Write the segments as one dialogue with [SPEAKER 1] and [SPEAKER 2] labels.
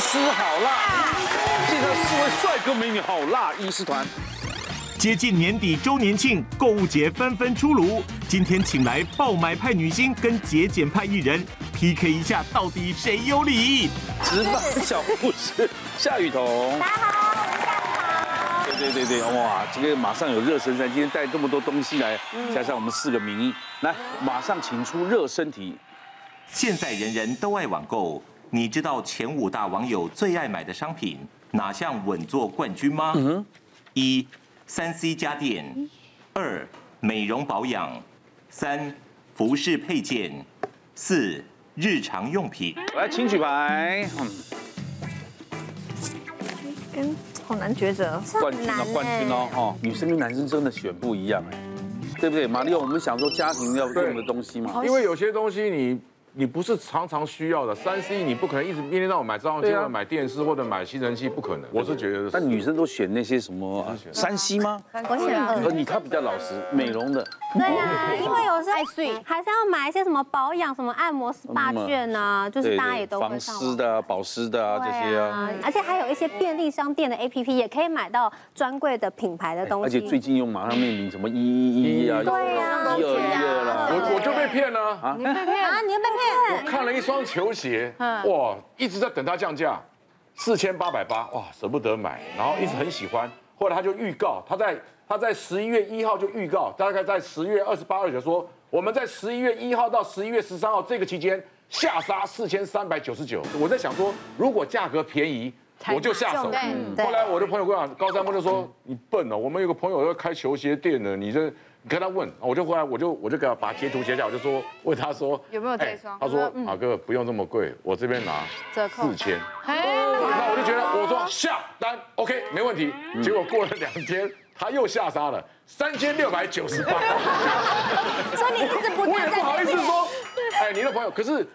[SPEAKER 1] 师好辣，介绍四位帅哥美女好辣医师团。
[SPEAKER 2] 接近年底周年庆，购物节纷纷出炉。今天请来爆买派女星跟节俭派艺人 PK 一下，到底谁有理？
[SPEAKER 1] 值班小护士夏雨桐。大家好，我是夏雨桐。对对对对，哇，这个马上有热身赛，今天带这么多东西来，加上我们四个名医，来，马上请出热身题。
[SPEAKER 2] 现在人人都爱网购，你知道前五大网友最爱买的商品哪项稳坐冠军吗？一、三 C 家电；二、美容保养；三、服饰配件；四、日常用品。
[SPEAKER 1] 来，请举牌。嗯，
[SPEAKER 3] 跟好难抉择。
[SPEAKER 1] 冠军哦，冠军哦，哦，女生跟男生真的选不一样哎，对不对？马里奥，我们想说家庭要用的东西嘛，
[SPEAKER 4] 因为有些东西你你不是常常需要的，三 C 你不可能一直天天让我买照相机
[SPEAKER 1] 对啊
[SPEAKER 4] 或者买电视或者买吸尘器，不可能。我是觉得
[SPEAKER 1] 那
[SPEAKER 4] 是，
[SPEAKER 1] 女生都选那些什么啊山西吗？
[SPEAKER 3] 我想二。
[SPEAKER 1] 呃，你她比较老实，
[SPEAKER 5] 嗯
[SPEAKER 1] 美容的。
[SPEAKER 5] 对呀，因为有时
[SPEAKER 6] 爱睡
[SPEAKER 5] 候还是要买一些什么保养、什么按摩、SPA 券啊，就是
[SPEAKER 1] 对
[SPEAKER 5] 大家也
[SPEAKER 1] 对，
[SPEAKER 5] 都会
[SPEAKER 1] 防
[SPEAKER 5] 上
[SPEAKER 1] 湿
[SPEAKER 5] 网。
[SPEAKER 1] 的、啊、保湿的啊这些啊。
[SPEAKER 5] 嗯而且还有一些便利商店的 APP 也可以买到专柜的品牌的东
[SPEAKER 1] 哎而
[SPEAKER 5] 西。
[SPEAKER 1] 且最近又马上面临什么一一一啊，
[SPEAKER 5] 嗯对呀
[SPEAKER 1] 一二一二啦。
[SPEAKER 4] 我我就被骗了啊！
[SPEAKER 5] 啊，你又被骗，
[SPEAKER 4] 看了一双球鞋，哇，一直在等它降价，四千八百八，哇，舍不得买，然后一直很喜欢。后来他就预告，他在他在十一月一号就预告，大概在十月二十八、二九说，我们在十一月一号到十一月十三号这个期间下杀四千三百九十九。我在想说，如果价格便宜。我就下手。
[SPEAKER 3] 对
[SPEAKER 4] 后来我的朋友跟我讲，高山峰就说：“你笨哦，我们有个朋友要开球鞋店的，你这你跟他问。”我就后来我就我就给他把截图截下来，我就说问他说
[SPEAKER 6] 有没有这
[SPEAKER 4] 哎
[SPEAKER 6] 双嗯
[SPEAKER 4] 他说：“马哥不用这么贵，我这边拿
[SPEAKER 6] 折扣
[SPEAKER 4] 四千。”
[SPEAKER 6] 哎，
[SPEAKER 4] 那我就觉得我说下单 OK 没问题。结果过了两天，他又下杀了三千六百九十八。
[SPEAKER 6] 嗯
[SPEAKER 3] 所以你一直不
[SPEAKER 4] 我也
[SPEAKER 3] 断
[SPEAKER 4] 不好
[SPEAKER 3] 在
[SPEAKER 4] 意思 说，哎，你的朋友，可是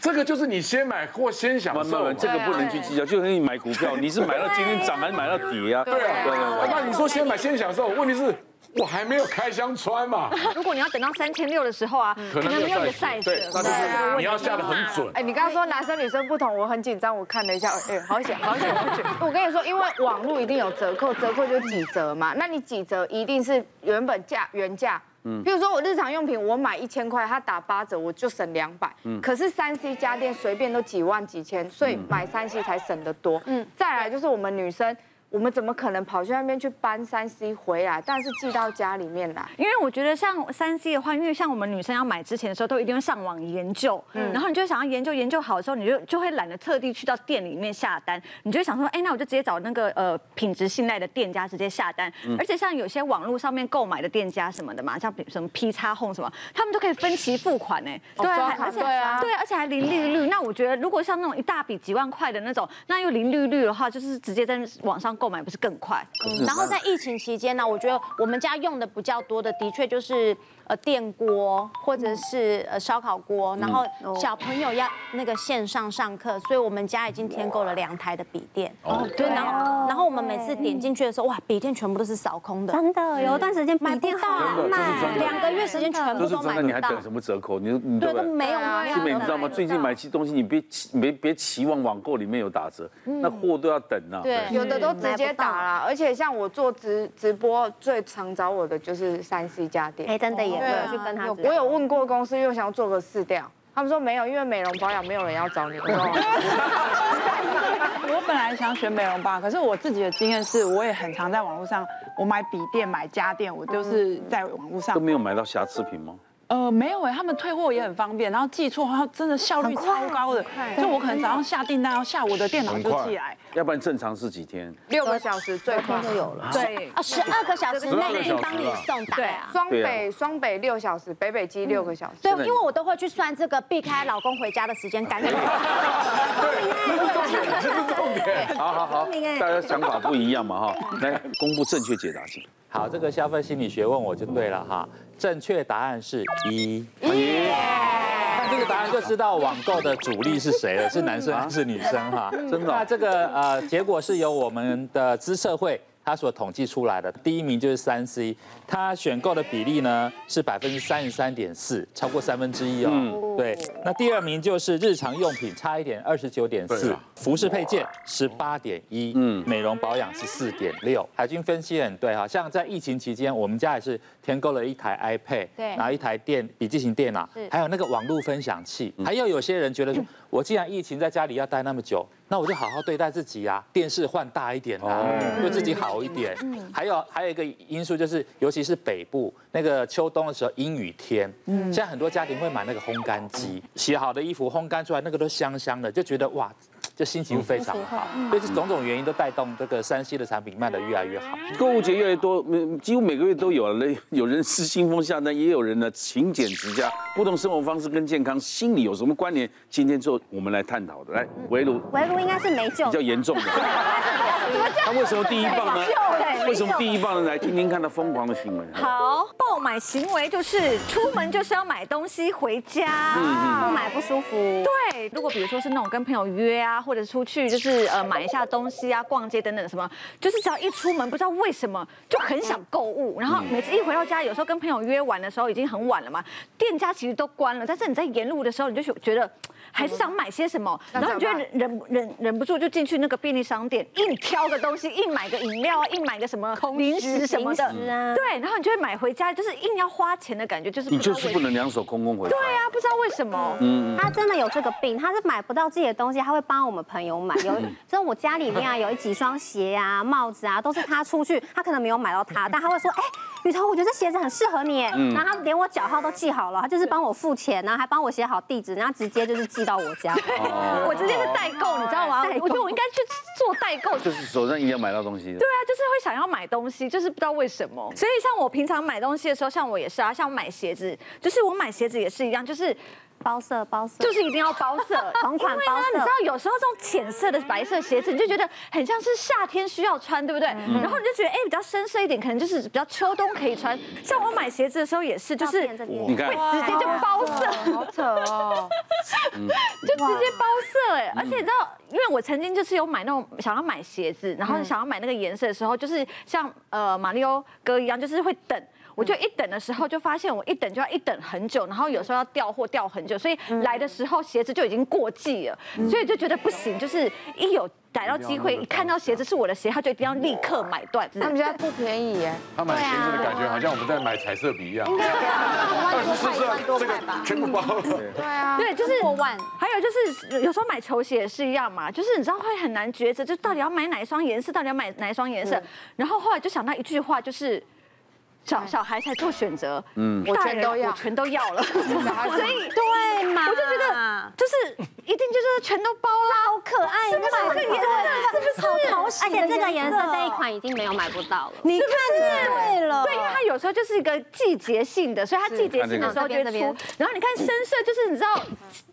[SPEAKER 4] 这个就是你先买或先享
[SPEAKER 1] 慢慢
[SPEAKER 4] 受嘛
[SPEAKER 1] 慢，。这个不能去计较，就跟你买股票，你是买到今天涨还是买到底啊？
[SPEAKER 4] 对啊，
[SPEAKER 1] 对
[SPEAKER 4] 啊
[SPEAKER 1] 对
[SPEAKER 4] 那你说先买先享受，问题是我还没有开箱穿嘛，
[SPEAKER 6] 欸如果你要等到三千六的时候啊，
[SPEAKER 4] 嗯
[SPEAKER 6] 可能没有你的 size 啊
[SPEAKER 4] 对，那就是你要下的很准。
[SPEAKER 7] 哎，你刚刚说男生女生不同，我很紧张，我看了一下，哎，好险，好险，好险！ 我跟你说，因为网络一定有折扣，折扣就几折嘛，那你几折一定是原本价原价。嗯，比如说我日常用品，我买一千块，它打八折，我就省两百。嗯，可是三 C 家电随便都几万几千，所以买三 C 才省得多。嗯，再来就是我们女生，我们怎么可能跑去那边去搬三 C 回来，但是寄到家里面来？
[SPEAKER 8] 因为我觉得像三 C 的话，因为像我们女生要买之前的时候，都一定会上网研究，
[SPEAKER 7] 嗯
[SPEAKER 8] 然后你就想要研究研究好的时候，你就就会懒得特地去到店里面下单，你就会想说，哎，那我就直接找那个呃品质信赖的店家直接下单。
[SPEAKER 7] 嗯
[SPEAKER 8] 而且像有些网络上面购买的店家什么的嘛，像比什么 P 叉 Home 什么，他们都可以分期付款哎，对
[SPEAKER 7] 哦刷
[SPEAKER 8] 啊，
[SPEAKER 7] 卡
[SPEAKER 8] 而且
[SPEAKER 7] 对啊
[SPEAKER 8] 对，而且还零利率。那我觉得如果像那种一大笔几万块的那种，那又零利率的话，就是直接在网上购买不是更快？
[SPEAKER 5] 嗯然后在疫情期间呢，我觉得我们家用的比较多的，的确就是呃电锅或
[SPEAKER 1] 嗯
[SPEAKER 5] 者是呃烧烤锅，然后
[SPEAKER 1] 哦
[SPEAKER 5] 小朋友要那个线上上课，所以我们家已经添购了两台的笔电。哦，对，然后然后我们每
[SPEAKER 3] 哦
[SPEAKER 5] 次点进去的时候，哇，笔电全部都是扫空的，
[SPEAKER 3] 真的有段时间
[SPEAKER 5] 买
[SPEAKER 3] 买
[SPEAKER 5] 不
[SPEAKER 3] 电
[SPEAKER 5] 到
[SPEAKER 3] 好
[SPEAKER 5] 啊，
[SPEAKER 3] 难
[SPEAKER 5] 买两个月时间全
[SPEAKER 1] 都
[SPEAKER 5] 部
[SPEAKER 1] 是
[SPEAKER 5] 都
[SPEAKER 1] 真
[SPEAKER 5] 买
[SPEAKER 1] 的，
[SPEAKER 5] 不
[SPEAKER 1] 你还
[SPEAKER 5] 到
[SPEAKER 1] 等。什么折扣？你你对
[SPEAKER 5] 对，
[SPEAKER 1] 不
[SPEAKER 5] 都
[SPEAKER 1] 对？
[SPEAKER 5] 没有啊。
[SPEAKER 1] 新美，你知道吗？
[SPEAKER 5] 买不到
[SPEAKER 1] 最近买起东西，你别期没别期望网购里面有打折，那货都要等啊。
[SPEAKER 5] 嗯对
[SPEAKER 7] 有的都直接打啦，而且像我做直直播，最常找我的就是三 C 家电。
[SPEAKER 3] 哎，真的也会去跟他
[SPEAKER 7] 有
[SPEAKER 3] 直
[SPEAKER 7] 我有问过公司，因为我想要做个试调，他们说没有，因为美容保养没有人要找你。我说
[SPEAKER 9] 我本来想选美容吧，可是我自己的经验是，我也很常在网络上，我买笔电、买家电，我都是在网络上
[SPEAKER 1] 都。没有买到瑕疵品吗？
[SPEAKER 9] 呃，没有哎，他们退货也很方便，然后寄错，然后真的效率超高的，就我可能早上下订单，然后下午我的电脑就寄来。
[SPEAKER 1] 要不然正常是几天？
[SPEAKER 7] 六个小时最快。
[SPEAKER 3] 就有了。
[SPEAKER 8] 对，
[SPEAKER 5] 啊，十二个小时内
[SPEAKER 1] 12个
[SPEAKER 5] 可以
[SPEAKER 1] 小时
[SPEAKER 5] 帮你
[SPEAKER 1] 啊
[SPEAKER 5] 送达。
[SPEAKER 8] 对
[SPEAKER 5] 啊。
[SPEAKER 7] 双
[SPEAKER 1] 对
[SPEAKER 7] 北双北六小时，北北基六个小时。
[SPEAKER 5] 对
[SPEAKER 1] 在，
[SPEAKER 5] 因为我都会去算这个避开老公回家的时间，赶紧。
[SPEAKER 1] 好好好，大家想法不一样嘛哈。来公布正确解答，请。
[SPEAKER 10] 好，这个消费心理学问我就对了哈。正确答案是一。看这个答案就知道网购的主力是谁了，是男生还是女生哈？真的。那这个呃，结果是由我们的资社会。它所统计出来的，第一名就是三 C，它选购的比例呢是百分之三十三点四，超过三分之一哦。对，那第二名就是日常用品，差一点二十九点
[SPEAKER 1] 对
[SPEAKER 10] 四
[SPEAKER 1] 啊，
[SPEAKER 10] 服饰配件十八点一，嗯，美容保养是四点六。海军分析得很对哈，像在疫情期间，我们家也是添购了一台 iPad，
[SPEAKER 11] 对
[SPEAKER 10] 然后一台电笔记型电脑
[SPEAKER 11] 是，
[SPEAKER 10] 还有那个网络分享器，还有有些人觉得说， 我既然疫情在家里要待那么久，那我就好好对待自己啊，电视换大一点啊
[SPEAKER 11] 哦，
[SPEAKER 10] 对自己好一点。
[SPEAKER 7] 嗯
[SPEAKER 10] 还有还有一个因素就是，尤其是北部那个秋冬的时候，阴雨天，
[SPEAKER 11] 嗯
[SPEAKER 10] 现在很多家庭会买那个烘干机，洗好的衣服烘干出来，那个都香香的，就觉得哇。就心情非常好，所
[SPEAKER 7] 嗯
[SPEAKER 10] 以这种种原因都带动这个山西的产品卖得越来越好。
[SPEAKER 1] 购物节越来越多，嗯几乎每个月都有了。 有人是新风下单，也有人呢勤俭持家。不同生活方式跟健康、心理有什么关联？今天就我们来探讨的。来，围炉
[SPEAKER 3] 围炉应该是没救
[SPEAKER 1] 比
[SPEAKER 3] 的，
[SPEAKER 1] 较严重的。他为什么第一棒呢？为什么第一棒呢？来听听看他疯狂的行为。
[SPEAKER 8] 好，爆买行为就是出门就是要买东西回家，
[SPEAKER 1] 嗯嗯
[SPEAKER 8] 不买不舒服。对，如果比如说是那种跟朋友约啊，或者出去就是呃买一下东西啊、逛街等等什么，就是只要一出门，不知道为什么就很想购物，然后每次一回到家，有时候跟朋友约完的时候已经很晚了嘛，店家其实都关了，但是你在沿路的时候，你就觉得。还是想买些什么，然后你就忍忍忍忍不住就进去那个便利商店，硬挑个东西，硬买个饮料啊，硬买个什么零食什么的
[SPEAKER 3] 零食啊，
[SPEAKER 8] 对，然后你就会买回家，就是硬要花钱的感觉，就是
[SPEAKER 1] 你
[SPEAKER 8] 不知
[SPEAKER 1] 嗯就
[SPEAKER 8] 道
[SPEAKER 1] 是
[SPEAKER 8] 为
[SPEAKER 1] 不能两手空空回家
[SPEAKER 8] 对。啊，不知道为什么。
[SPEAKER 1] 嗯嗯
[SPEAKER 3] 他真的有这个病，他是买不到自己的东西，他会帮我们朋友买。有，
[SPEAKER 1] 嗯
[SPEAKER 3] 就是我家里 面啊，有几双鞋啊、帽子啊，都是他出去，他可能没有买到他，但他会说，哎、雨桐，我觉得这鞋子很适合你耶。
[SPEAKER 11] 嗯
[SPEAKER 3] 然后他连我脚号都记好了，他就是帮我付钱，然后还帮我写好地址，然后直接就是寄到我家。
[SPEAKER 1] 哦
[SPEAKER 8] 我直接是嗯代购，你知道吗？
[SPEAKER 3] 代购
[SPEAKER 8] 我觉得我应该去做代购。
[SPEAKER 1] 就是手上一定要买到东西的
[SPEAKER 8] 对。啊，就是会想要买东西，就是不知道为什么。所以像我平常买东西的时候，像我也是啊，像我买鞋子，就是我买鞋子也是一样，就是。
[SPEAKER 3] 包色，包色，
[SPEAKER 8] 就是一定要包 色，
[SPEAKER 3] 同款
[SPEAKER 8] 因为呢
[SPEAKER 3] 包色
[SPEAKER 8] 你知道有时候这种浅色的白色鞋子，你就觉得很像是夏天需要穿，对不对？
[SPEAKER 11] 嗯
[SPEAKER 8] 然后你就觉得哎、比较深色一点，可能就是比较秋冬可以穿。像我买鞋子的时候也是，就是会直
[SPEAKER 11] 你看
[SPEAKER 8] 接就包色，好扯哦。
[SPEAKER 11] 嗯
[SPEAKER 8] 就直接包色哎，而且你知道，因为我曾经就是有买那种想要买鞋子，然后想要买那个颜色的时候，就是像呃马里欧哥一样，就是会等。我就一等的时候，就发现我一等就要一等很久，然后有时候要调货调很久，所以来的时候鞋子就已经过季了，所以就觉得不行，就是一有逮到机会，一看
[SPEAKER 11] 啊
[SPEAKER 8] 到鞋子是我的鞋，他就一定要立刻买断。
[SPEAKER 7] 他们家不便宜耶，
[SPEAKER 4] 他买鞋子的感
[SPEAKER 7] 啊
[SPEAKER 4] 觉好像我们在买彩色笔一样， 多块
[SPEAKER 7] 万万啊多块吧。
[SPEAKER 4] 全部包了。
[SPEAKER 7] 对啊，
[SPEAKER 8] 对，就是破万。还有就是有时候买球鞋也是一样嘛，就是你知道会很难抉择，就到底要买哪一双颜色，到底要买哪一双颜色。然后后来就想到一句话，就是。小小孩才做选择，
[SPEAKER 11] 嗯我
[SPEAKER 8] 大人
[SPEAKER 11] 全都要
[SPEAKER 8] 我全都要了，所
[SPEAKER 11] 孩子
[SPEAKER 8] 以
[SPEAKER 11] 对嘛
[SPEAKER 8] 我就觉得就是一定就是全都包啦，好
[SPEAKER 3] 可爱
[SPEAKER 8] 是不是这
[SPEAKER 3] 你买
[SPEAKER 8] 个颜色？是不是？
[SPEAKER 3] 而且这个颜色这一款已经没有买不到了。
[SPEAKER 8] 你看
[SPEAKER 3] 是不是对了
[SPEAKER 8] 对，因为它有时候就是一个季节性的，所以它季节性的时候就会
[SPEAKER 3] 看这
[SPEAKER 8] 出
[SPEAKER 3] 边。
[SPEAKER 8] 然后你看深色，就是你知道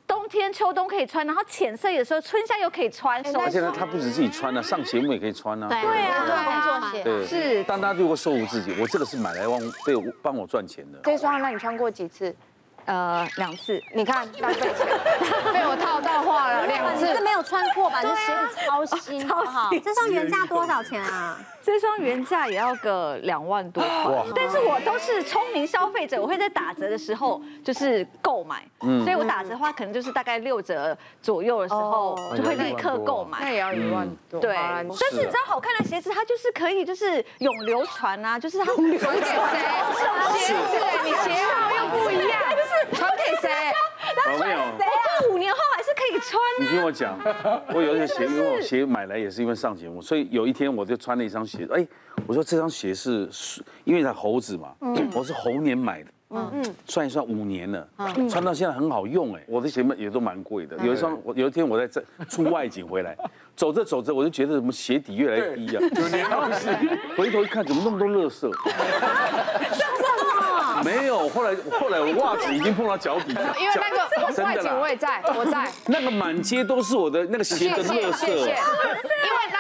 [SPEAKER 8] 冬天、秋冬可以穿，然后浅色有时候春夏又可以穿。
[SPEAKER 1] 而且呢，他不止自己穿了、上节目也可以穿啊。
[SPEAKER 8] 对啊，工
[SPEAKER 1] 对，
[SPEAKER 8] 是。
[SPEAKER 1] 但他如果说服自己，我这个是买来帮被我帮我赚钱的。
[SPEAKER 7] 这双让你穿过几次？
[SPEAKER 8] 呃，两次。
[SPEAKER 7] 你看，浪费钱， 被我套到话了，两次
[SPEAKER 3] 你。是没有穿过吧？
[SPEAKER 7] 对
[SPEAKER 3] 这
[SPEAKER 7] 啊
[SPEAKER 3] 鞋子超新，
[SPEAKER 8] 超
[SPEAKER 3] 好
[SPEAKER 8] 新
[SPEAKER 3] 不好？这双原价多少钱啊？
[SPEAKER 8] 这双原价也要个两万多
[SPEAKER 11] 哇
[SPEAKER 8] 块，但是我都是聪明消费者，我会在打折的时候就是购买，
[SPEAKER 11] 嗯
[SPEAKER 8] 所以我打折的话可能就是大概六折左右的时候
[SPEAKER 11] 哦
[SPEAKER 8] 就会立刻购买，
[SPEAKER 7] 那也要一万多
[SPEAKER 8] 对，
[SPEAKER 7] 好啦
[SPEAKER 8] 但是你
[SPEAKER 7] 是啊
[SPEAKER 8] 知道好看的鞋子，它就是可以就是永流传啊，就是它永流
[SPEAKER 7] 传给谁鞋子你鞋号又不一样
[SPEAKER 8] 就是
[SPEAKER 7] 传给谁
[SPEAKER 8] 它
[SPEAKER 1] 没
[SPEAKER 8] 传
[SPEAKER 1] 有
[SPEAKER 8] 给谁啊？我过五年后还是可以穿
[SPEAKER 1] 你
[SPEAKER 8] 啊。
[SPEAKER 1] 听我讲，我有一个鞋，因 为我鞋买来也是因为上节目，所以有一天我就穿了一双鞋，哎，我说这双鞋是因为它猴子嘛
[SPEAKER 11] 嗯，
[SPEAKER 1] 我是猴年买的。
[SPEAKER 11] 嗯
[SPEAKER 1] 算一算五年了，
[SPEAKER 11] 嗯
[SPEAKER 1] 穿到现在很好用哎，我的鞋们也都蛮贵的。
[SPEAKER 11] 嗯
[SPEAKER 1] 有一双，我有一天我在这出外景回来，走着走着我就觉得怎么鞋底越来越低啊，
[SPEAKER 11] 有年头是
[SPEAKER 1] 回头一看怎么那么多垃圾？没有，后来后来我袜子已经碰到脚底了，
[SPEAKER 7] 因为那个
[SPEAKER 1] 真
[SPEAKER 7] 外
[SPEAKER 1] 的
[SPEAKER 7] 景我
[SPEAKER 1] 啦，
[SPEAKER 7] 也在，我在。
[SPEAKER 1] 那个满街都是我的那个鞋的垃圾，
[SPEAKER 7] 因为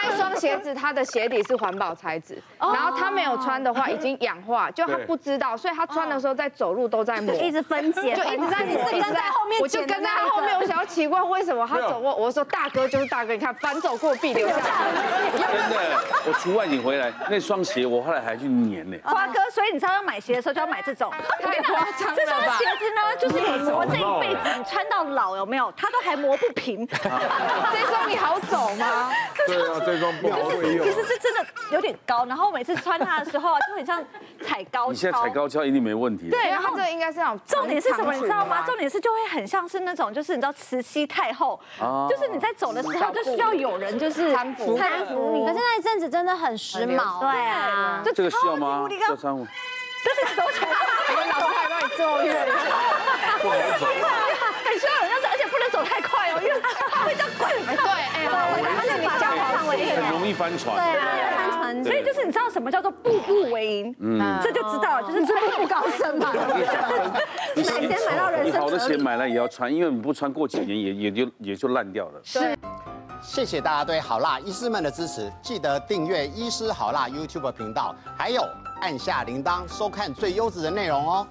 [SPEAKER 7] 那一双鞋子它的鞋底
[SPEAKER 3] 哦
[SPEAKER 7] 是环保材质，然后他没有穿的话已经氧化，就他不知道，所以他穿的时候在走走路都在磨，
[SPEAKER 3] 哦一直分解
[SPEAKER 7] 就一直在
[SPEAKER 3] 你是
[SPEAKER 7] 磨，一直
[SPEAKER 3] 跟在后面
[SPEAKER 7] 我就
[SPEAKER 3] 剪的
[SPEAKER 7] 跟在
[SPEAKER 3] 那一
[SPEAKER 7] 他后面，
[SPEAKER 3] 个
[SPEAKER 7] 我想要奇怪为什么他走过，我说大哥就是大哥，你看反走过必留下痕迹。
[SPEAKER 1] 真的，我出外景回来那双鞋，我后来还去粘呢。
[SPEAKER 8] 花哥，所以你知道要买鞋的时候就要买这种，
[SPEAKER 7] 太夸张了吧
[SPEAKER 8] 这双鞋子呢，就是你 磨这一辈子，你穿到老有没有？它都还磨不平。
[SPEAKER 7] 这
[SPEAKER 1] 哦
[SPEAKER 7] 双你好走吗？
[SPEAKER 4] 对啊，这双不好会用
[SPEAKER 8] 其。实是真的有点高，然后每次穿它的时候啊，就很像踩高
[SPEAKER 1] 你现在
[SPEAKER 8] 跷
[SPEAKER 1] 踩。高跷一定没问题。
[SPEAKER 8] 对，
[SPEAKER 7] 然
[SPEAKER 8] 然
[SPEAKER 7] 后
[SPEAKER 8] 后
[SPEAKER 7] 这应该是那种
[SPEAKER 8] 重点是什么，你知道吗？重
[SPEAKER 7] 点
[SPEAKER 8] 点是就会很像是那种，就是你知道慈禧太后，
[SPEAKER 1] 哦
[SPEAKER 8] 就是你在走的时候就需要有人就是
[SPEAKER 7] 搀扶
[SPEAKER 8] 搀扶你
[SPEAKER 5] 可是，那一阵子真的很时髦，
[SPEAKER 3] 对啊，
[SPEAKER 8] 就
[SPEAKER 1] 这个需要吗
[SPEAKER 8] 超级无敌？
[SPEAKER 1] 这
[SPEAKER 8] 高
[SPEAKER 1] 三五，
[SPEAKER 8] 但是走起来
[SPEAKER 7] 我们老师还帮你奏乐，
[SPEAKER 8] 很需要有人走，而且不能走太快哦，因为它会这样滚。
[SPEAKER 7] 对，哎，好危险
[SPEAKER 3] 而且你交换危险
[SPEAKER 1] 很，容易翻船。
[SPEAKER 3] 对啊，翻船
[SPEAKER 8] 所以就是你知道什么叫做步步为营，嗯，这就知道了，就是步步高升嘛。
[SPEAKER 1] 你先
[SPEAKER 3] 哪天买到人生
[SPEAKER 1] 你好的
[SPEAKER 3] 哲
[SPEAKER 1] 鞋
[SPEAKER 3] 理
[SPEAKER 1] 买来也要穿，因为你不穿，过几年也也就也就烂掉了。
[SPEAKER 11] 谢谢大家对好辣医师们的支持，记得订阅医师好辣 YouTube 频道，还有按下铃铛收看最优质的内容哦。